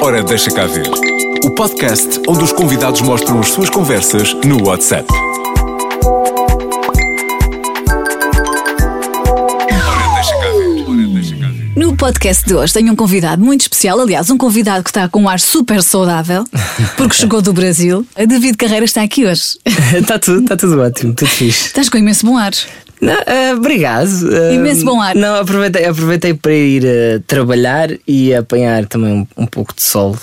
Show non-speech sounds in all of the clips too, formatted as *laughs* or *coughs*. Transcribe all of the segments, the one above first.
Ora, deixa cá ver. O podcast onde os convidados mostram as suas conversas no WhatsApp. Ora, deixa cá ver. Ora, deixa cá ver. No podcast de hoje tenho um convidado muito especial, aliás, um convidado que está com um ar super saudável, porque chegou do Brasil. A David Carreira está aqui hoje. *laughs* Está Tá tudo, está tudo ótimo, tudo fixe. Estás com imenso bom ar. Não, ah, obrigado. Ah, Imenso bom ar. Não, aproveitei, aproveitei para ir ah, trabalhar e apanhar também um, um pouco de sol.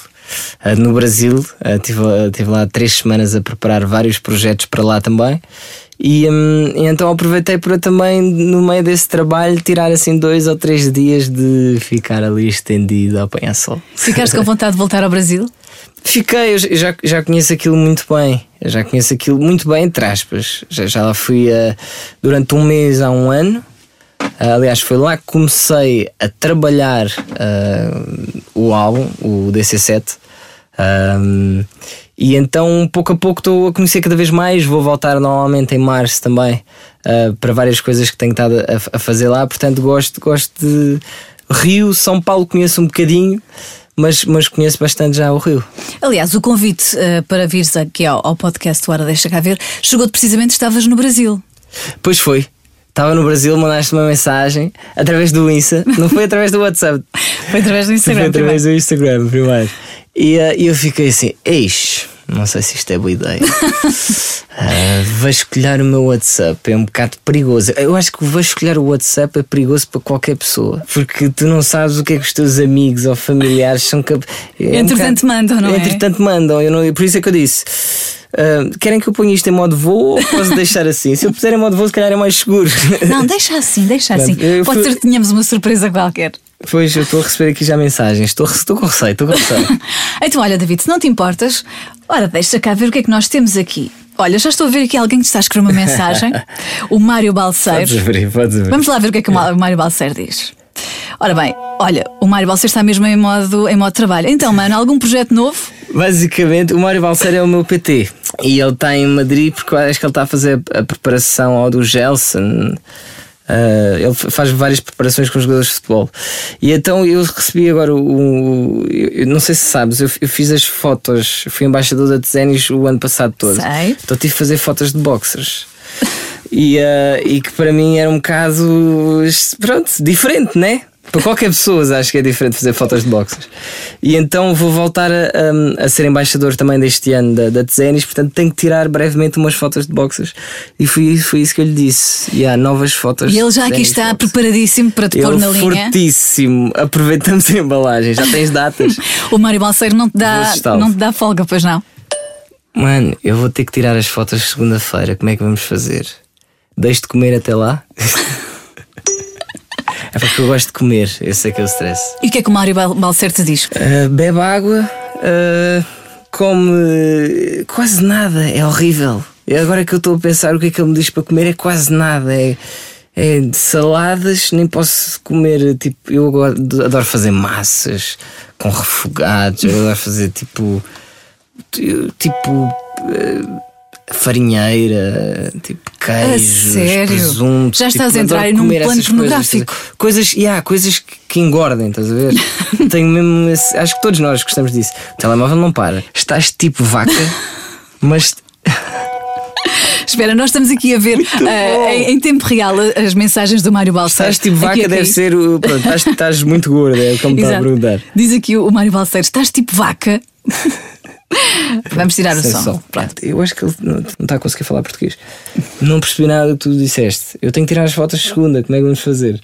ah, no Brasil, Ah, tive, ah, tive lá três semanas a preparar vários projetos para lá também. E, hum, e então aproveitei para também, no meio desse trabalho, tirar assim dois ou três dias de ficar ali estendido a apanhar sol. Ficaste com vontade de voltar ao Brasil? Fiquei, eu já, já conheço aquilo muito bem. Eu já conheço aquilo muito bem, entre aspas. Já, já lá fui eh, durante um mês há um ano. Ah, aliás, foi lá que comecei a trabalhar ah, o álbum, o DC7. Ahm, Eh, e então, pouco a pouco, estou a conhecer cada vez mais. Vou voltar normalmente em março também ah, para várias coisas que tenho estado a, a fazer lá. Portanto, gosto, gosto de Rio, São Paulo, conheço um bocadinho, mas, mas conheço bastante já o Rio. Aliás, o convite eh, para vires aqui ao, ao podcast do Ora Deixa Cá Ver chegou-te precisamente, estavas no Brasil. Pois foi. Estava no Brasil, mandaste uma mensagem através do Insta, não foi através do WhatsApp. Foi através do Instagram. Foi através do Instagram primeiro. E eh, eu fiquei assim, eis, não sei se isto é boa *laughs* ideia. Ah, vasculhar o meu WhatsApp é um bocado perigoso. Eu acho que vasculhar o WhatsApp é perigoso para qualquer pessoa, porque tu não sabes o que é que os teus amigos ou familiares são capazes. Entretanto mandam, não é? Entretanto mandam, eu não, por isso é que eu disse. ah, querem que eu ponha isto em modo voo ou posso deixar assim? Se eu puser em modo voo, se calhar é mais seguro. *laughs* Não, deixa assim, deixa assim. Eu Pode fui- ser que tenhamos uma surpresa qualquer. Pois, eu estou a receber aqui já mensagens. Estou, estou com receio, estou com receio. *coughs* Então, olha, David, se não te importas, ora, deixa cá ver o que é que nós temos aqui. Olha, já estou a ver aqui alguém que te está a escrever uma *laughs* mensagem, o Mário podes Balseiro. abrir, podes abrir. Vamos lá ver o que é que o Ma- o Mário Balseiro diz. Ora bem, olha, o Mário Balseiro está mesmo em modo, em modo trabalho. Então, mano, algum projeto novo? Basicamente, o Mário Balseiro é o meu PT. E ele está em Madrid porque eu acho que ele está a fazer a preparação ao do Gelson. Ah, ele fa- faz várias preparações com os jogadores de futebol. E então eu recebi agora o. o- eu- eu não sei se sabes, eu, f- eu fiz as fotos, fui embaixador da Tezenis o ano passado todo. Sei. Então tive de fazer fotos de boxers. E, ah, e que para mim era um caso pronto, diferente, né? Para qualquer pessoa acho que é diferente fazer fotos de boxers. E então vou voltar a, um, a- a ser embaixador também deste ano da, da Tezenis, portanto tenho que tirar brevemente umas fotos de boxers. E foi, foi isso que eu lhe disse. E há novas fotos. E ele já aqui Tezenis está Boxers. preparadíssimo para te pôr Ele na linha. fortíssimo. Aproveitamos a embalagem. Já *laughs* tens datas? O Mário Balseiro não te Vou dá, assustá-lo. não te dá folga, pois não? Mano, eu vou ter que tirar as fotos segunda-feira. Como é que vamos fazer? Deixo de comer até lá? *laughs* é porque eu gosto de comer. Esse é que é o stress. E o que é que o Mário Bal- Balseiro te diz? Ah, bebe água, ah, come quase nada. É horrível. E agora que eu estou a pensar o que é que ele me diz para comer, é quase nada. É, é de saladas, nem posso comer. Tipo, eu agora adoro fazer massas com refogados. Eu adoro fazer tipo. ti- Tipo eh, farinheira, tipo queijos, A sério? presuntos, Já estás tipo, a entrar adoro num comer plano essas coisas, pornográfico. estás a ver? Coisas, e há coisas que, que engordem, estás *laughs* a ver? Tenho mesmo esse- acho que todos nós gostamos disso. O telemóvel não para. Estás tipo *laughs* vaca, mas Espera, nós estamos aqui a *laughs* ver ah, bom. em, em tempo real as mensagens do Mário Balseiro. estás tipo Aqui vaca a deve cair. ser o, pronto, estás, estás muito gorda, é como está a Exato. perguntar. Diz aqui o Mário Balseiro: estás tipo vaca. *laughs* Vamos tirar o Sem som. som. Pronto, é Eu acho que ele não não está a conseguir falar português. Não percebi nada do que tu disseste. Eu tenho que tirar as fotos segunda, como é que vamos fazer?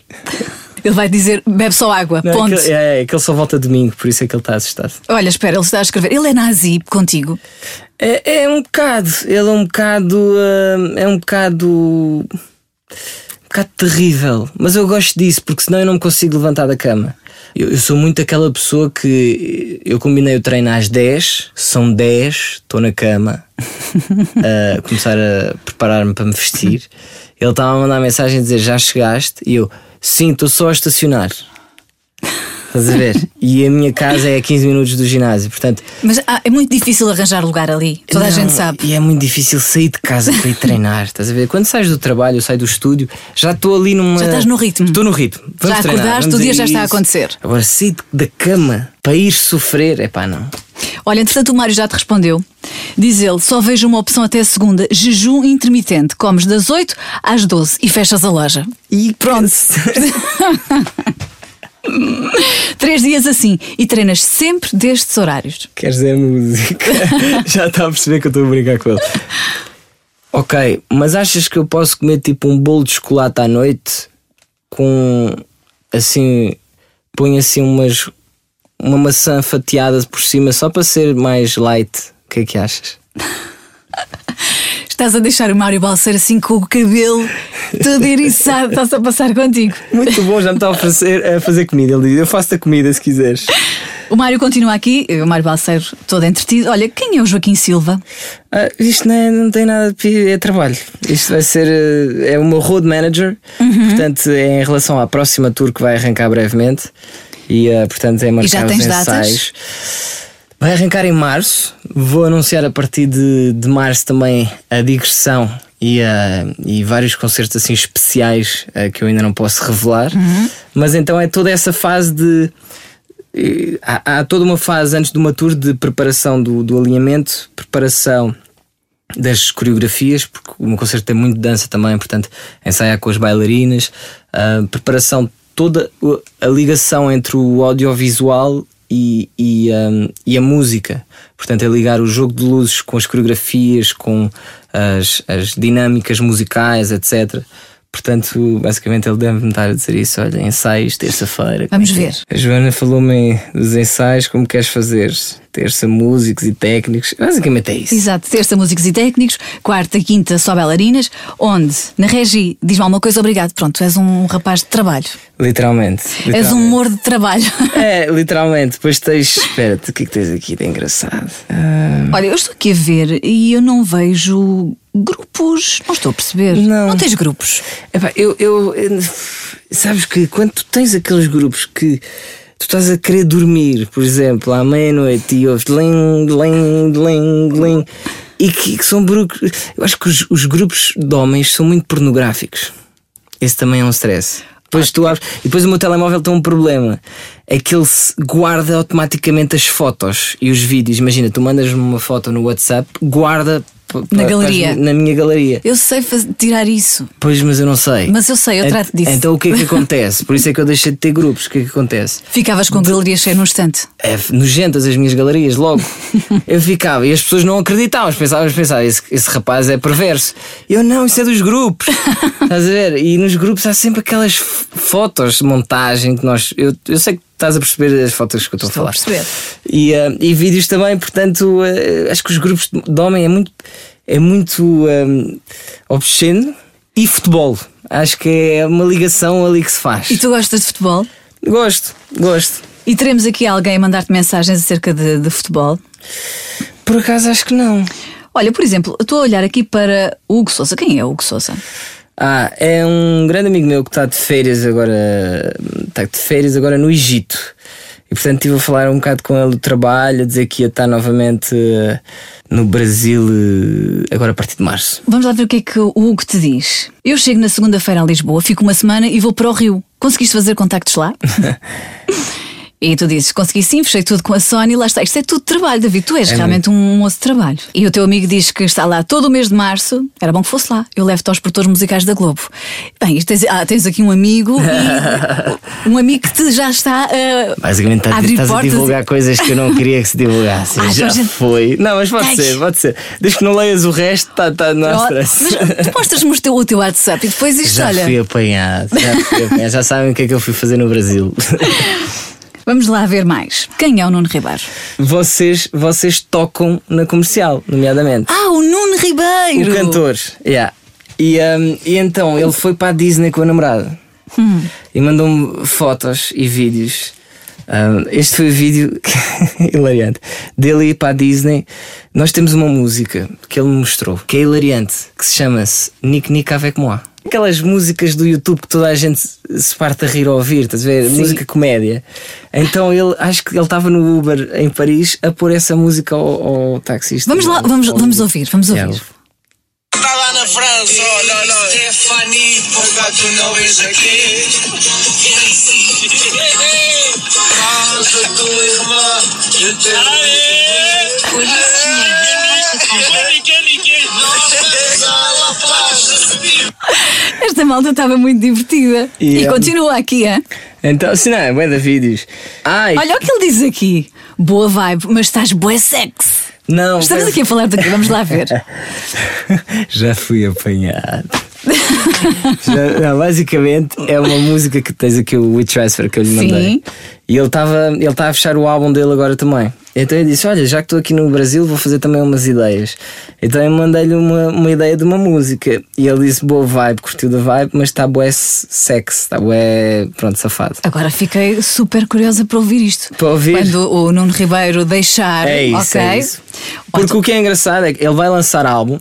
Ele vai dizer: bebe só água. Não, é ponto. que ele- é, é que ele só volta domingo, por isso é que ele está assustado. Olha, espera, ele está a escrever. Ele é nazi contigo. É, é um bocado, ele é um bocado. hum, é um bocado. um bocado terrível. Mas eu gosto disso, porque senão eu não me consigo levantar da cama. Eu, eu sou muito aquela pessoa que. Eu combinei o treino às 10, são 10, estou na cama, a começar a preparar-me para me vestir. Ele estava a mandar mensagem a dizer já chegaste, e eu, sim, estou só a estacionar. Estás a ver? e a minha casa é a 15 minutos do ginásio, portanto. Mas ah, é muito difícil arranjar lugar ali. Toda a Não, gente sabe. E é muito difícil sair de casa para ir treinar, estás a ver? Quando sais do trabalho, eu saio do estúdio, já estou ali numa. Já estás no ritmo. Estou no ritmo. Vamos Já treinar, acordaste, vamos o dia a já está a isso. acontecer. Agora, sair de- da cama para ir sofrer, é pá, não. Olha, entretanto, o Mário já te respondeu. Diz ele: só vejo uma opção até segunda: jejum intermitente. Comes das 8 às 12 e fechas a loja. E pronto. Três dias assim e treinas sempre destes horários. Queres dizer *laughs* música? já está a perceber que eu estou a brincar com ele. Ok, mas achas que eu posso comer tipo um bolo de chocolate à noite com assim. Põe assim umas. Uma maçã fatiada por cima só para ser mais light. O que é que achas? Estás a deixar o Mário Balseiro assim com o cabelo todo eriçado, está-se a passar contigo. Muito bom, já me está a oferecer a fazer comida. Ele diz: Eu faço da comida se quiseres. O Mário continua aqui, eh, o Mário Balseiro todo entretido. Olha, quem é o Joaquim Silva? Ah, isto não, é- não tem nada de é trabalho. Isto vai ser. eh, É o meu road manager, Uhum. portanto, é em relação à próxima tour que vai arrancar brevemente. E, eh, portanto, é marcar já os tens ensaios. datas? Vai arrancar em março. Vou anunciar a partir de, de março também a digressão e, eh, e vários concertos assim especiais eh, que eu ainda não posso revelar. Uhum. Mas então é toda essa fase de. eh, Há, há toda uma fase antes de uma tour de preparação do, do alinhamento, preparação das coreografias, porque o meu concerto tem muito dança também, portanto, ensaiar com as bailarinas, a preparação, toda o- a ligação entre o audiovisual e, e, hum, e a música. Portanto, é ligar o jogo de luzes com as coreografias, com as, as dinâmicas musicais, etc. Portanto, basicamente ele deve-me estar a dizer isso. Olha, ensaios terça-feira. Vamos como é que ver. é? A Joana falou-me dos ensaios, como queres fazer? Terça, músicos e técnicos. Basicamente é isso. Exato, terça músicos e técnicos, quarta e quinta só bailarinas, onde, na Regi, diz-me alguma coisa, obrigado. Pronto, és um rapaz de trabalho, Literalmente. literalmente. és um humor de *laughs* trabalho. É, literalmente. Depois tens. Espera-te, o que é que tens aqui de engraçado? Ah, Olha, eu estou aqui a ver e eu não vejo grupos, não estou a perceber. Não. não tens grupos. epá, eu, eu- eu- Sabes que quando tu tens aqueles grupos que. Tu estás a querer dormir, por exemplo, à meia-noite e ouves ling, ling, ling, ling. E que, que são grupos. Eu acho que os, os grupos de homens são muito pornográficos. Esse também é um stress. Depois tu abres. E depois o meu telemóvel tem um problema. É que ele se guarda automaticamente as fotos e os vídeos. Imagina, tu mandas-me uma foto no WhatsApp, guarda. pa- pa- para as galeria. mi- na minha galeria. Eu sei faz- tirar isso, Pois, mas eu não sei. mas eu sei, eu Ent- trato disso. Então o que é que acontece? Por isso é que eu deixei de ter grupos. O que é que acontece? Ficavas com a galeria cheia num instante. É f- nojentas as minhas *laughs* galerias, logo. eu ficava e as pessoas não acreditavam, pensavam, pensavam, esse, esse rapaz é perverso. Eu não, isso é *laughs* dos grupos. Estás a ver? E nos grupos há sempre aquelas f- fotos de montagem que nós. Eu, eu sei que estás a perceber as fotos que eu estou, Estou a a falar. perceber. E, ah, e vídeos também, portanto, ah, acho que os grupos de homem é muito, é muito ah, obsceno. E futebol. Acho que é uma ligação ali que se faz. E tu gostas de futebol? Gosto, gosto. E teremos aqui alguém a mandar-te mensagens acerca de, de futebol? Por acaso acho que não. Olha, por exemplo, eu estou a olhar aqui para o Hugo Sousa. Quem é o Hugo Sousa? Ah, é um grande amigo meu que está de férias agora. Está de férias agora no Egito. E portanto estive a falar um bocado com ele do trabalho, a dizer que ia estar novamente eh, no Brasil eh, agora a partir de março. Vamos lá ver o que é que o Hugo te diz. Eu chego na segunda-feira a Lisboa, fico uma semana e vou para o Rio. Conseguiste fazer contactos *laughs* lá? E tu dizes, consegui sim, fechei tudo com a Sony, lá está. Isto é tudo trabalho, David, tu és realmente um moço de trabalho. E o teu amigo diz que está lá todo o mês de março, era bom que fosse lá, eu levo-te aos produtores musicais da Globo. Bem, isto tens, ah, tens aqui um amigo, *laughs* e, um amigo que te já está ah, Basicamente a tá- abrir estás a portas. divulgar coisas que eu não queria que se *laughs* divulgassem. Ah, Já Jorge. foi. Não, mas pode Ai. ser, pode ser. Desde que não leias o resto, tá, tá, não há Oh, stress. Mas tu mostras-me o teu, o teu WhatsApp e depois isto, Já olha. fui apanhado, já fui apanhado. Já sabem o que é que eu fui fazer no Brasil. *laughs* Vamos lá ver mais. Quem é o Nuno Ribeiro? vocês, vocês tocam na comercial, nomeadamente. Ah, o Nuno Ribeiro! O cantor, yeah. E, hum, e então ele foi para a Disney com a namorada Hum. e mandou-me fotos e vídeos. Hum, este foi o vídeo *laughs* que- hilariante dele ir para a Disney. Nós temos uma música que ele me mostrou que é hilariante, que se chama-se Nick Nick Avec Moi. aquelas músicas do YouTube que toda a gente se parte a rir ao ouvir, estás a ver? Música comédia. Então ele, acho que ele estava no Uber em Paris a pôr essa música ao, ao taxista. Vamos lá, Ao- vamos, ao- vamos ouvir, vamos Yeah, ouvir. Tá lá na França, olha, olha, olha. Stephanie, porra, tu não és aqui. Faz a tua irmã, eu te Ela faz a Esta malta estava muito divertida. E Yeah. continua aqui, é? Então, se não, é bué de vídeos. Ai, Olha o que ele diz aqui. Boa vibe, mas estás boa sexy. não. Estamos bué- aqui a falar do quê? Vamos lá *laughs* ver. Já fui apanhado. Já- não, basicamente é uma música que tens aqui o We Transfer que eu lhe Sim. mandei. E ele estava ele tava a fechar o álbum dele agora também. Então eu disse: Olha, já que estou aqui no Brasil, vou fazer também umas ideias. Então eu mandei-lhe uma, uma ideia de uma música. E ele disse: Boa vibe, curtiu da vibe, mas está bué sexo, está bué, pronto, safado. Agora fiquei super curiosa para ouvir isto. Para ouvir. Quando o Nuno Ribeiro deixar. É isso, ok. é isso. Porque o que é engraçado é que ele vai lançar álbum.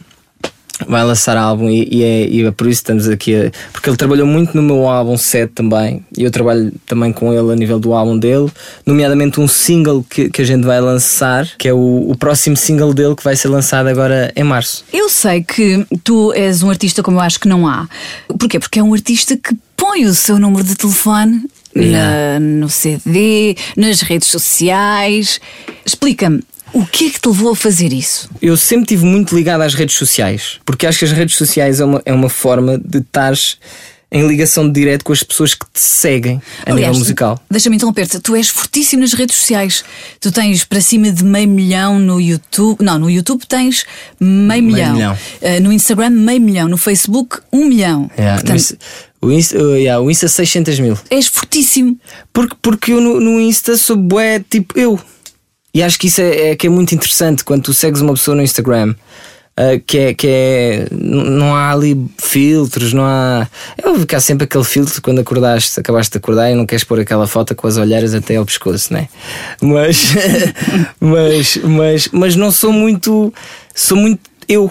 Vai lançar álbum e, e é, e é por isso que estamos aqui. a- porque ele trabalhou muito no meu álbum 7 também. E eu trabalho também com ele a nível do álbum dele. Nomeadamente um single que, que a gente vai lançar, que é o, o próximo single dele que vai ser lançado agora em março. Eu sei que tu és um artista como eu acho que não há. Porquê? Porque é um artista que põe o seu número de telefone na- no CD, nas redes sociais. Explica-me, o que é que te levou a fazer isso? Eu sempre estive muito ligado às redes sociais, porque acho que as redes sociais é uma, é uma forma de estares em ligação de direto com as pessoas que te seguem a nível Aliás, musical. Deixa-me interromper-te, tu és fortíssimo nas redes sociais. Tu tens para cima de meio milhão no YouTube. Não, no YouTube tens meio milhão. milhão. Eh, no Instagram, meio milhão. No Facebook, um milhão. Yeah, no Portanto, Insta- o, Insta, uh, yeah, o Insta 600 mil. és fortíssimo. Porque, porque eu no, no Insta sou bué tipo eu. E acho que isso é, é que é muito interessante quando tu segues uma pessoa no Instagram. uh, que é, que é n- não há ali filtros, não há. É óbvio que há sempre aquele filtro quando acordaste, acabaste de acordar e não queres pôr aquela foto com as olheiras até ao pescoço, né? Mas, *laughs* mas, mas, mas não sou muito. Sou muito eu.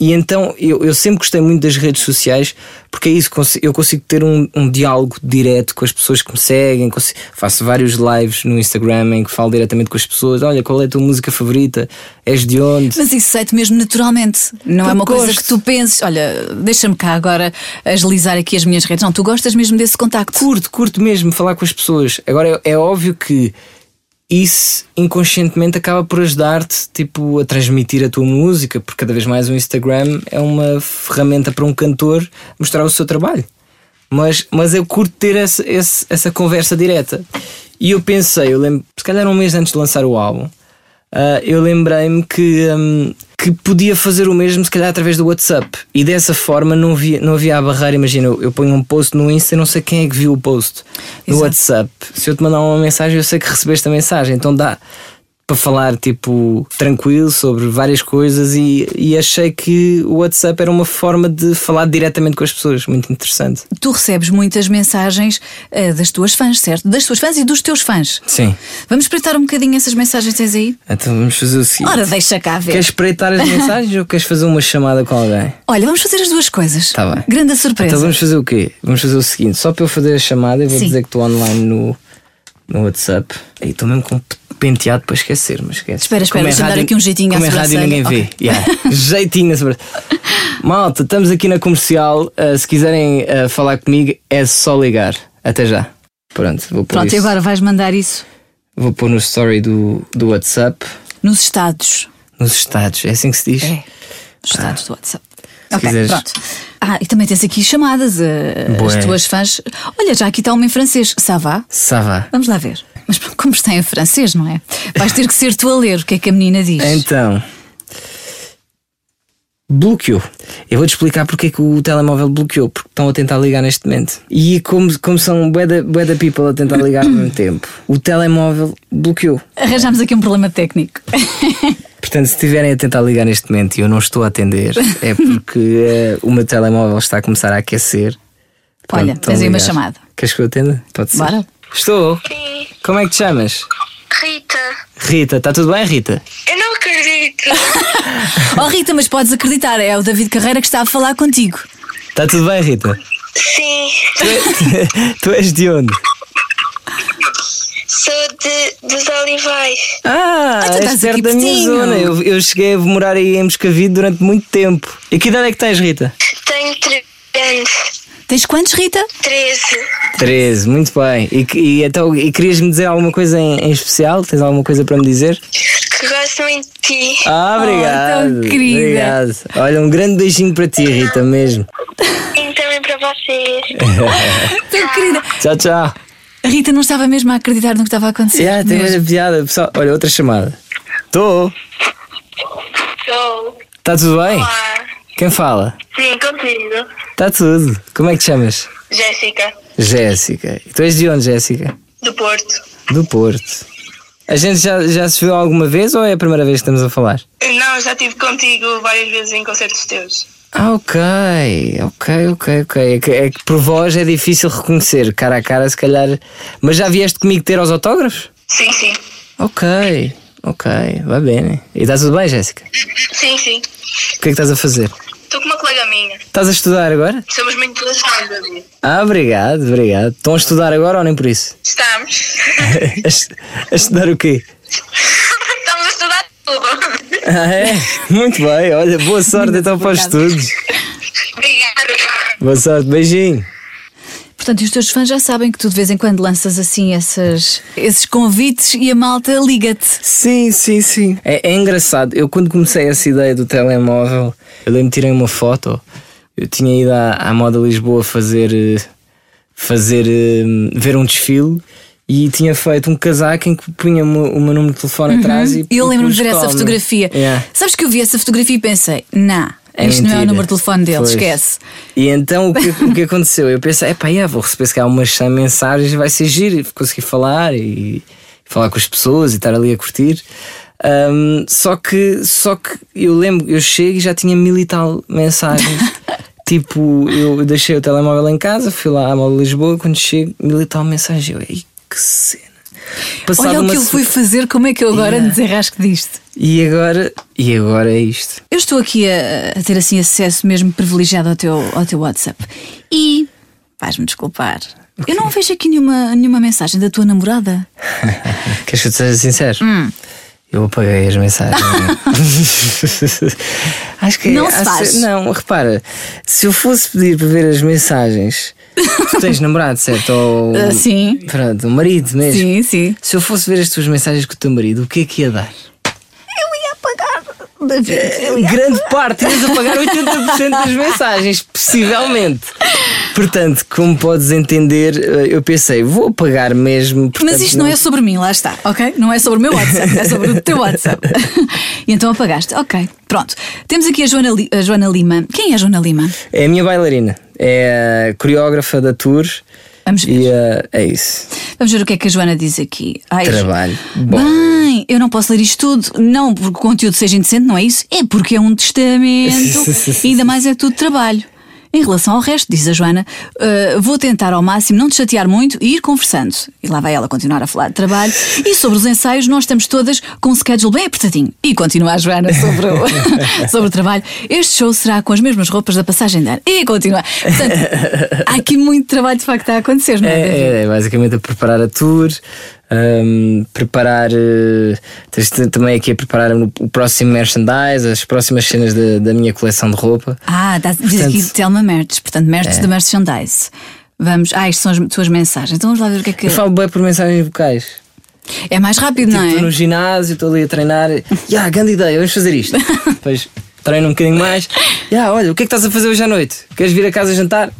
E então eu, eu sempre gostei muito das redes sociais porque é isso, consi- eu consigo ter um, um diálogo direto com as pessoas que me seguem. consi- faço vários lives no Instagram em que falo diretamente com as pessoas: olha, qual é a tua música favorita? És de onde? Mas isso sai-te mesmo naturalmente. Não é Porque uma coisa gosto. que tu penses, olha, deixa-me cá agora agilizar aqui as minhas redes. Não, tu gostas mesmo desse contacto. Curto, curto mesmo falar com as pessoas. Agora é, é óbvio que isso inconscientemente acaba por ajudar-te tipo, a transmitir a tua música, porque cada vez mais o Instagram é uma ferramenta para um cantor mostrar o seu trabalho. Mas, mas eu curto ter essa, esse- essa conversa direta. E eu pensei, eu lembro, se calhar um mês antes de lançar o álbum, ah, eu lembrei-me que, hum, que podia fazer o mesmo, se calhar através do WhatsApp. E dessa forma não havia, não havia a barreira. Imagina, eu, eu ponho um post no Insta e não sei quem é que viu o post no Exato. WhatsApp. Se eu te mandar uma mensagem, eu sei que recebeste a mensagem. Então dá para falar, tipo, tranquilo sobre várias coisas. E, e achei que o WhatsApp era uma forma de falar diretamente com as pessoas. Muito interessante. Tu recebes muitas mensagens eh, das tuas fãs, certo? Das tuas fãs e dos teus fãs. Sim. Vamos espreitar um bocadinho essas mensagens que tens aí? Então vamos fazer o seguinte: Ora, deixa cá ver. queres espreitar as mensagens ou queres fazer uma chamada com alguém? Olha, vamos fazer as duas coisas. Tá bem. Grande surpresa. Então vamos fazer o quê? Vamos fazer o seguinte: só para eu fazer a chamada, eu vou Sim. dizer que estou online no, no WhatsApp. Aí estou mesmo com um penteado para esquecer, mas esquece. Espera, espera, Como é deixa-me dar rádio- aqui um jeitinho à Como é rádio sobrancelha. ninguém vê. Ok. Yeah. *laughs* jeitinho na sobrancelha. Malta, estamos aqui na comercial. ah, se quiserem ah, falar comigo, é só ligar. Até já. Pronto, vou pôr, Pronto, e isso. agora vais mandar isso Vou pôr no story do, do WhatsApp, nos estados. nos estados. É assim que se diz? É. Nos estados do WhatsApp. se ok, quiseres. pronto. Ah, e também tens aqui chamadas. eh, Bué. as tuas fãs. Olha, já aqui está uma em francês. Savá? Savá. Vamos lá ver. Mas *laughs* pronto, como está em francês, não é? Vais ter que ser tu a ler o que é que a menina diz. Então. Bloqueou. Eu vou-te explicar porque é que o telemóvel bloqueou, porque estão a tentar ligar neste momento. E como, como são bué da bué da people a tentar ligar ao mesmo tempo, o telemóvel bloqueou. Arranjámos aqui um problema técnico. Portanto, se estiverem a tentar ligar neste momento e eu não estou a atender, é porque eh, o meu telemóvel está a começar a aquecer. Pronto, Olha, estão tens a aí uma ligar. chamada. Queres que eu atenda? Pode ser. Bora. Estou. Sim. Como é que te chamas? Rita, Rita, está tudo bem, Rita? eu não acredito. Oh Rita, mas podes acreditar, é o David Carreira que está a falar contigo. Está tudo bem, Rita? *laughs* Sim, tu és de onde? sou de, dos Olivais. Ah, Ah, tu és estás perto aqui da minha pertinho. zona. Eu, eu cheguei a morar aí em Moscavide durante muito tempo. E que idade é que tens, Rita? Tenho 13 anos. Tens quantos, Rita? 13. 13, muito bem. E, que- e então, e querias-me dizer alguma coisa em, em especial? Tens alguma coisa para me dizer? Que gosto muito de ti. Ah, Oh, obrigado. tão querida. Obrigado. Olha, um grande beijinho para ti, Rita, mesmo. E também para vocês. Tão querida. Tchau, tchau. A Rita não estava mesmo a acreditar no que estava a acontecer. Yeah, tem Mesmo. mais piada, pessoal. Olha, outra chamada. Estou. Sou. Está Tá tudo bem? Olá. Quem fala? Sim, contigo. Está tudo. Como é que te chamas? Jéssica, Jéssica. E tu és de onde, Jéssica? do Porto. Do Porto. A gente já, já se viu alguma vez ou é a primeira vez que estamos a falar? Não, já estive contigo várias vezes em concertos teus. Ah, ok, ok, ok, ok. É que, é que por voz é difícil reconhecer, cara a cara, se calhar. Mas já vieste comigo ter aos autógrafos? Sim, sim. Ok, ok, vai bem, né? E está tudo bem, Jéssica? Sim, sim. O que é que estás a fazer? Estou com uma colega minha. Estás a estudar agora? Somos muito relacionados a mim. Ah, obrigado, obrigado. Estão a estudar agora ou nem por isso? Estamos. *laughs* a, est- a estudar o quê? *laughs* Estamos a estudar tudo. Ah, é? Muito bem, olha, boa sorte então para os estudos. Obrigada. Boa sorte, beijinho. Portanto, e os teus fãs já sabem que tu de vez em quando lanças assim essas, esses convites e a malta liga-te. Sim, sim, sim. É, é engraçado. Eu quando comecei essa ideia do telemóvel, eu lembro que tirei uma foto. Eu tinha ido à, à Moda Lisboa fazer eh, fazer eh, ver um desfile e tinha feito um casaco em que punha o meu o meu número de telefone atrás e Uhum. E eu lembro-me pus de ver essa Tom. fotografia. Yeah. Sabes que eu vi essa fotografia e pensei, nah, É isto não é mentira. o número de telefone dele, Pois. esquece. E então o que, o que aconteceu? Eu pensei, epá, yeah, vou receber se calhar umas 100 mensagens, vai ser giro, e conseguir falar e falar com as pessoas e estar ali a curtir. Ahm, só, que, só que eu lembro, eu chego e já tinha mil e tal mensagens. *laughs* tipo, eu deixei o telemóvel em casa, fui lá à Mola Lisboa, quando chego, mil e tal mensagens. Eu, ei, que cena. Olha o uma que eu se- fui fazer, como é que eu agora Yeah. me desenrasco disto? E agora, e agora é isto. Eu estou aqui a, a ter assim acesso mesmo privilegiado ao teu, ao teu WhatsApp. E vais-me desculpar. Eu não vejo aqui nenhuma, nenhuma mensagem da tua namorada. Queres que eu te seja sincero? Hum. Eu apaguei as mensagens. *laughs* Acho que Não se acho- faz. Não, repara, se eu fosse pedir para ver as mensagens, tu *laughs* tens namorado, certo? Ou, um- Ah, sim. Pronto, o marido mesmo. Sim, sim. Se eu fosse ver as tuas mensagens com o teu marido, o que é que ia dar? Eh, Grande parte, ias apagar 80% das mensagens, possivelmente. Portanto, como podes entender, eh, eu pensei, vou apagar mesmo. Mas portanto, isto não é sobre mim, lá está, ok? Não é sobre o meu WhatsApp, é sobre o teu WhatsApp. *laughs* e então apagaste, ok, pronto. Temos aqui a Joana, Li- a Joana Lima. Quem é a Joana Lima? É a minha bailarina, é a coreógrafa da tour Vamos ver. e eh, é isso. Vamos ver o que é que a Joana diz aqui. Ai, Trabalho. Bom. Bem, eu não posso ler isto tudo, não porque o conteúdo seja indecente, não é isso? É porque é um testamento e ainda mais é tudo trabalho. Em relação ao resto, diz a Joana, "eh, vou tentar ao máximo não te chatear muito e ir conversando. E lá vai ela continuar a falar de trabalho. E sobre os ensaios, nós estamos todas com um schedule bem apertadinho. E continua a Joana sobre o, *laughs* sobre o trabalho. Este show será com as mesmas roupas da passagem de ano. E continua. Portanto, há aqui muito trabalho de facto a acontecer, não é? David? É, é, é basicamente a preparar a tour, hum, preparar. eh, tens t- também aqui a preparar o, o próximo merchandise, as próximas cenas da, da minha coleção de roupa. Ah, dá, diz Portanto- é. aqui Telma Merch, portanto, Merch de merchandise. Vamos, ah, isto são as tuas mensagens. Então vamos lá ver o que é que. Eu falo Tipo, bem por mensagens vocais. É mais rápido, não Estou é? no ginásio, estou ali a treinar. Ya, grande ideia, vamos *laughs* fazer isto. Depois treino um bocadinho mais. Ya, olha, o que é que estás a fazer hoje à noite? Queres vir a casa jantar?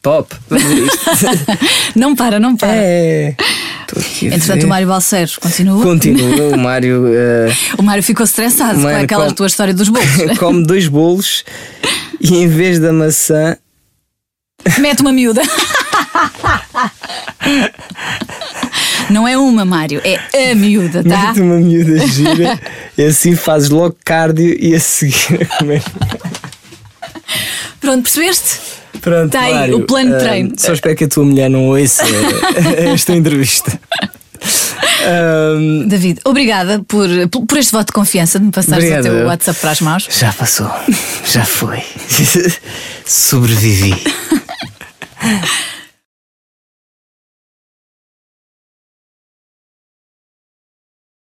Top, vamos ver isto. *laughs* *laughs* *laughs* Não para, não para. É. Estou aqui a Entretanto, ver. o Mário Balseiros continua. Continua, o Mário eh, *laughs* O Mário ficou estressado Mário, com aquela como- tua história dos *laughs* bolos. come dois bolos e em vez da maçã. *laughs* Mete uma miúda. não é uma, Mário, é a miúda, tá? Mete uma miúda gira e assim fazes logo cardio e a seguir a comer. Pronto, percebeste? Pronto, Tá aí, Mário, o plano de eh, treino. *laughs* Só espero que a tua mulher não ouça eh, esta entrevista. Ahm, David, obrigada por, por este voto de confiança de me passares Obrigado. o teu WhatsApp para as mãos. Já *laughs* passou. Já foi. Sobrevivi.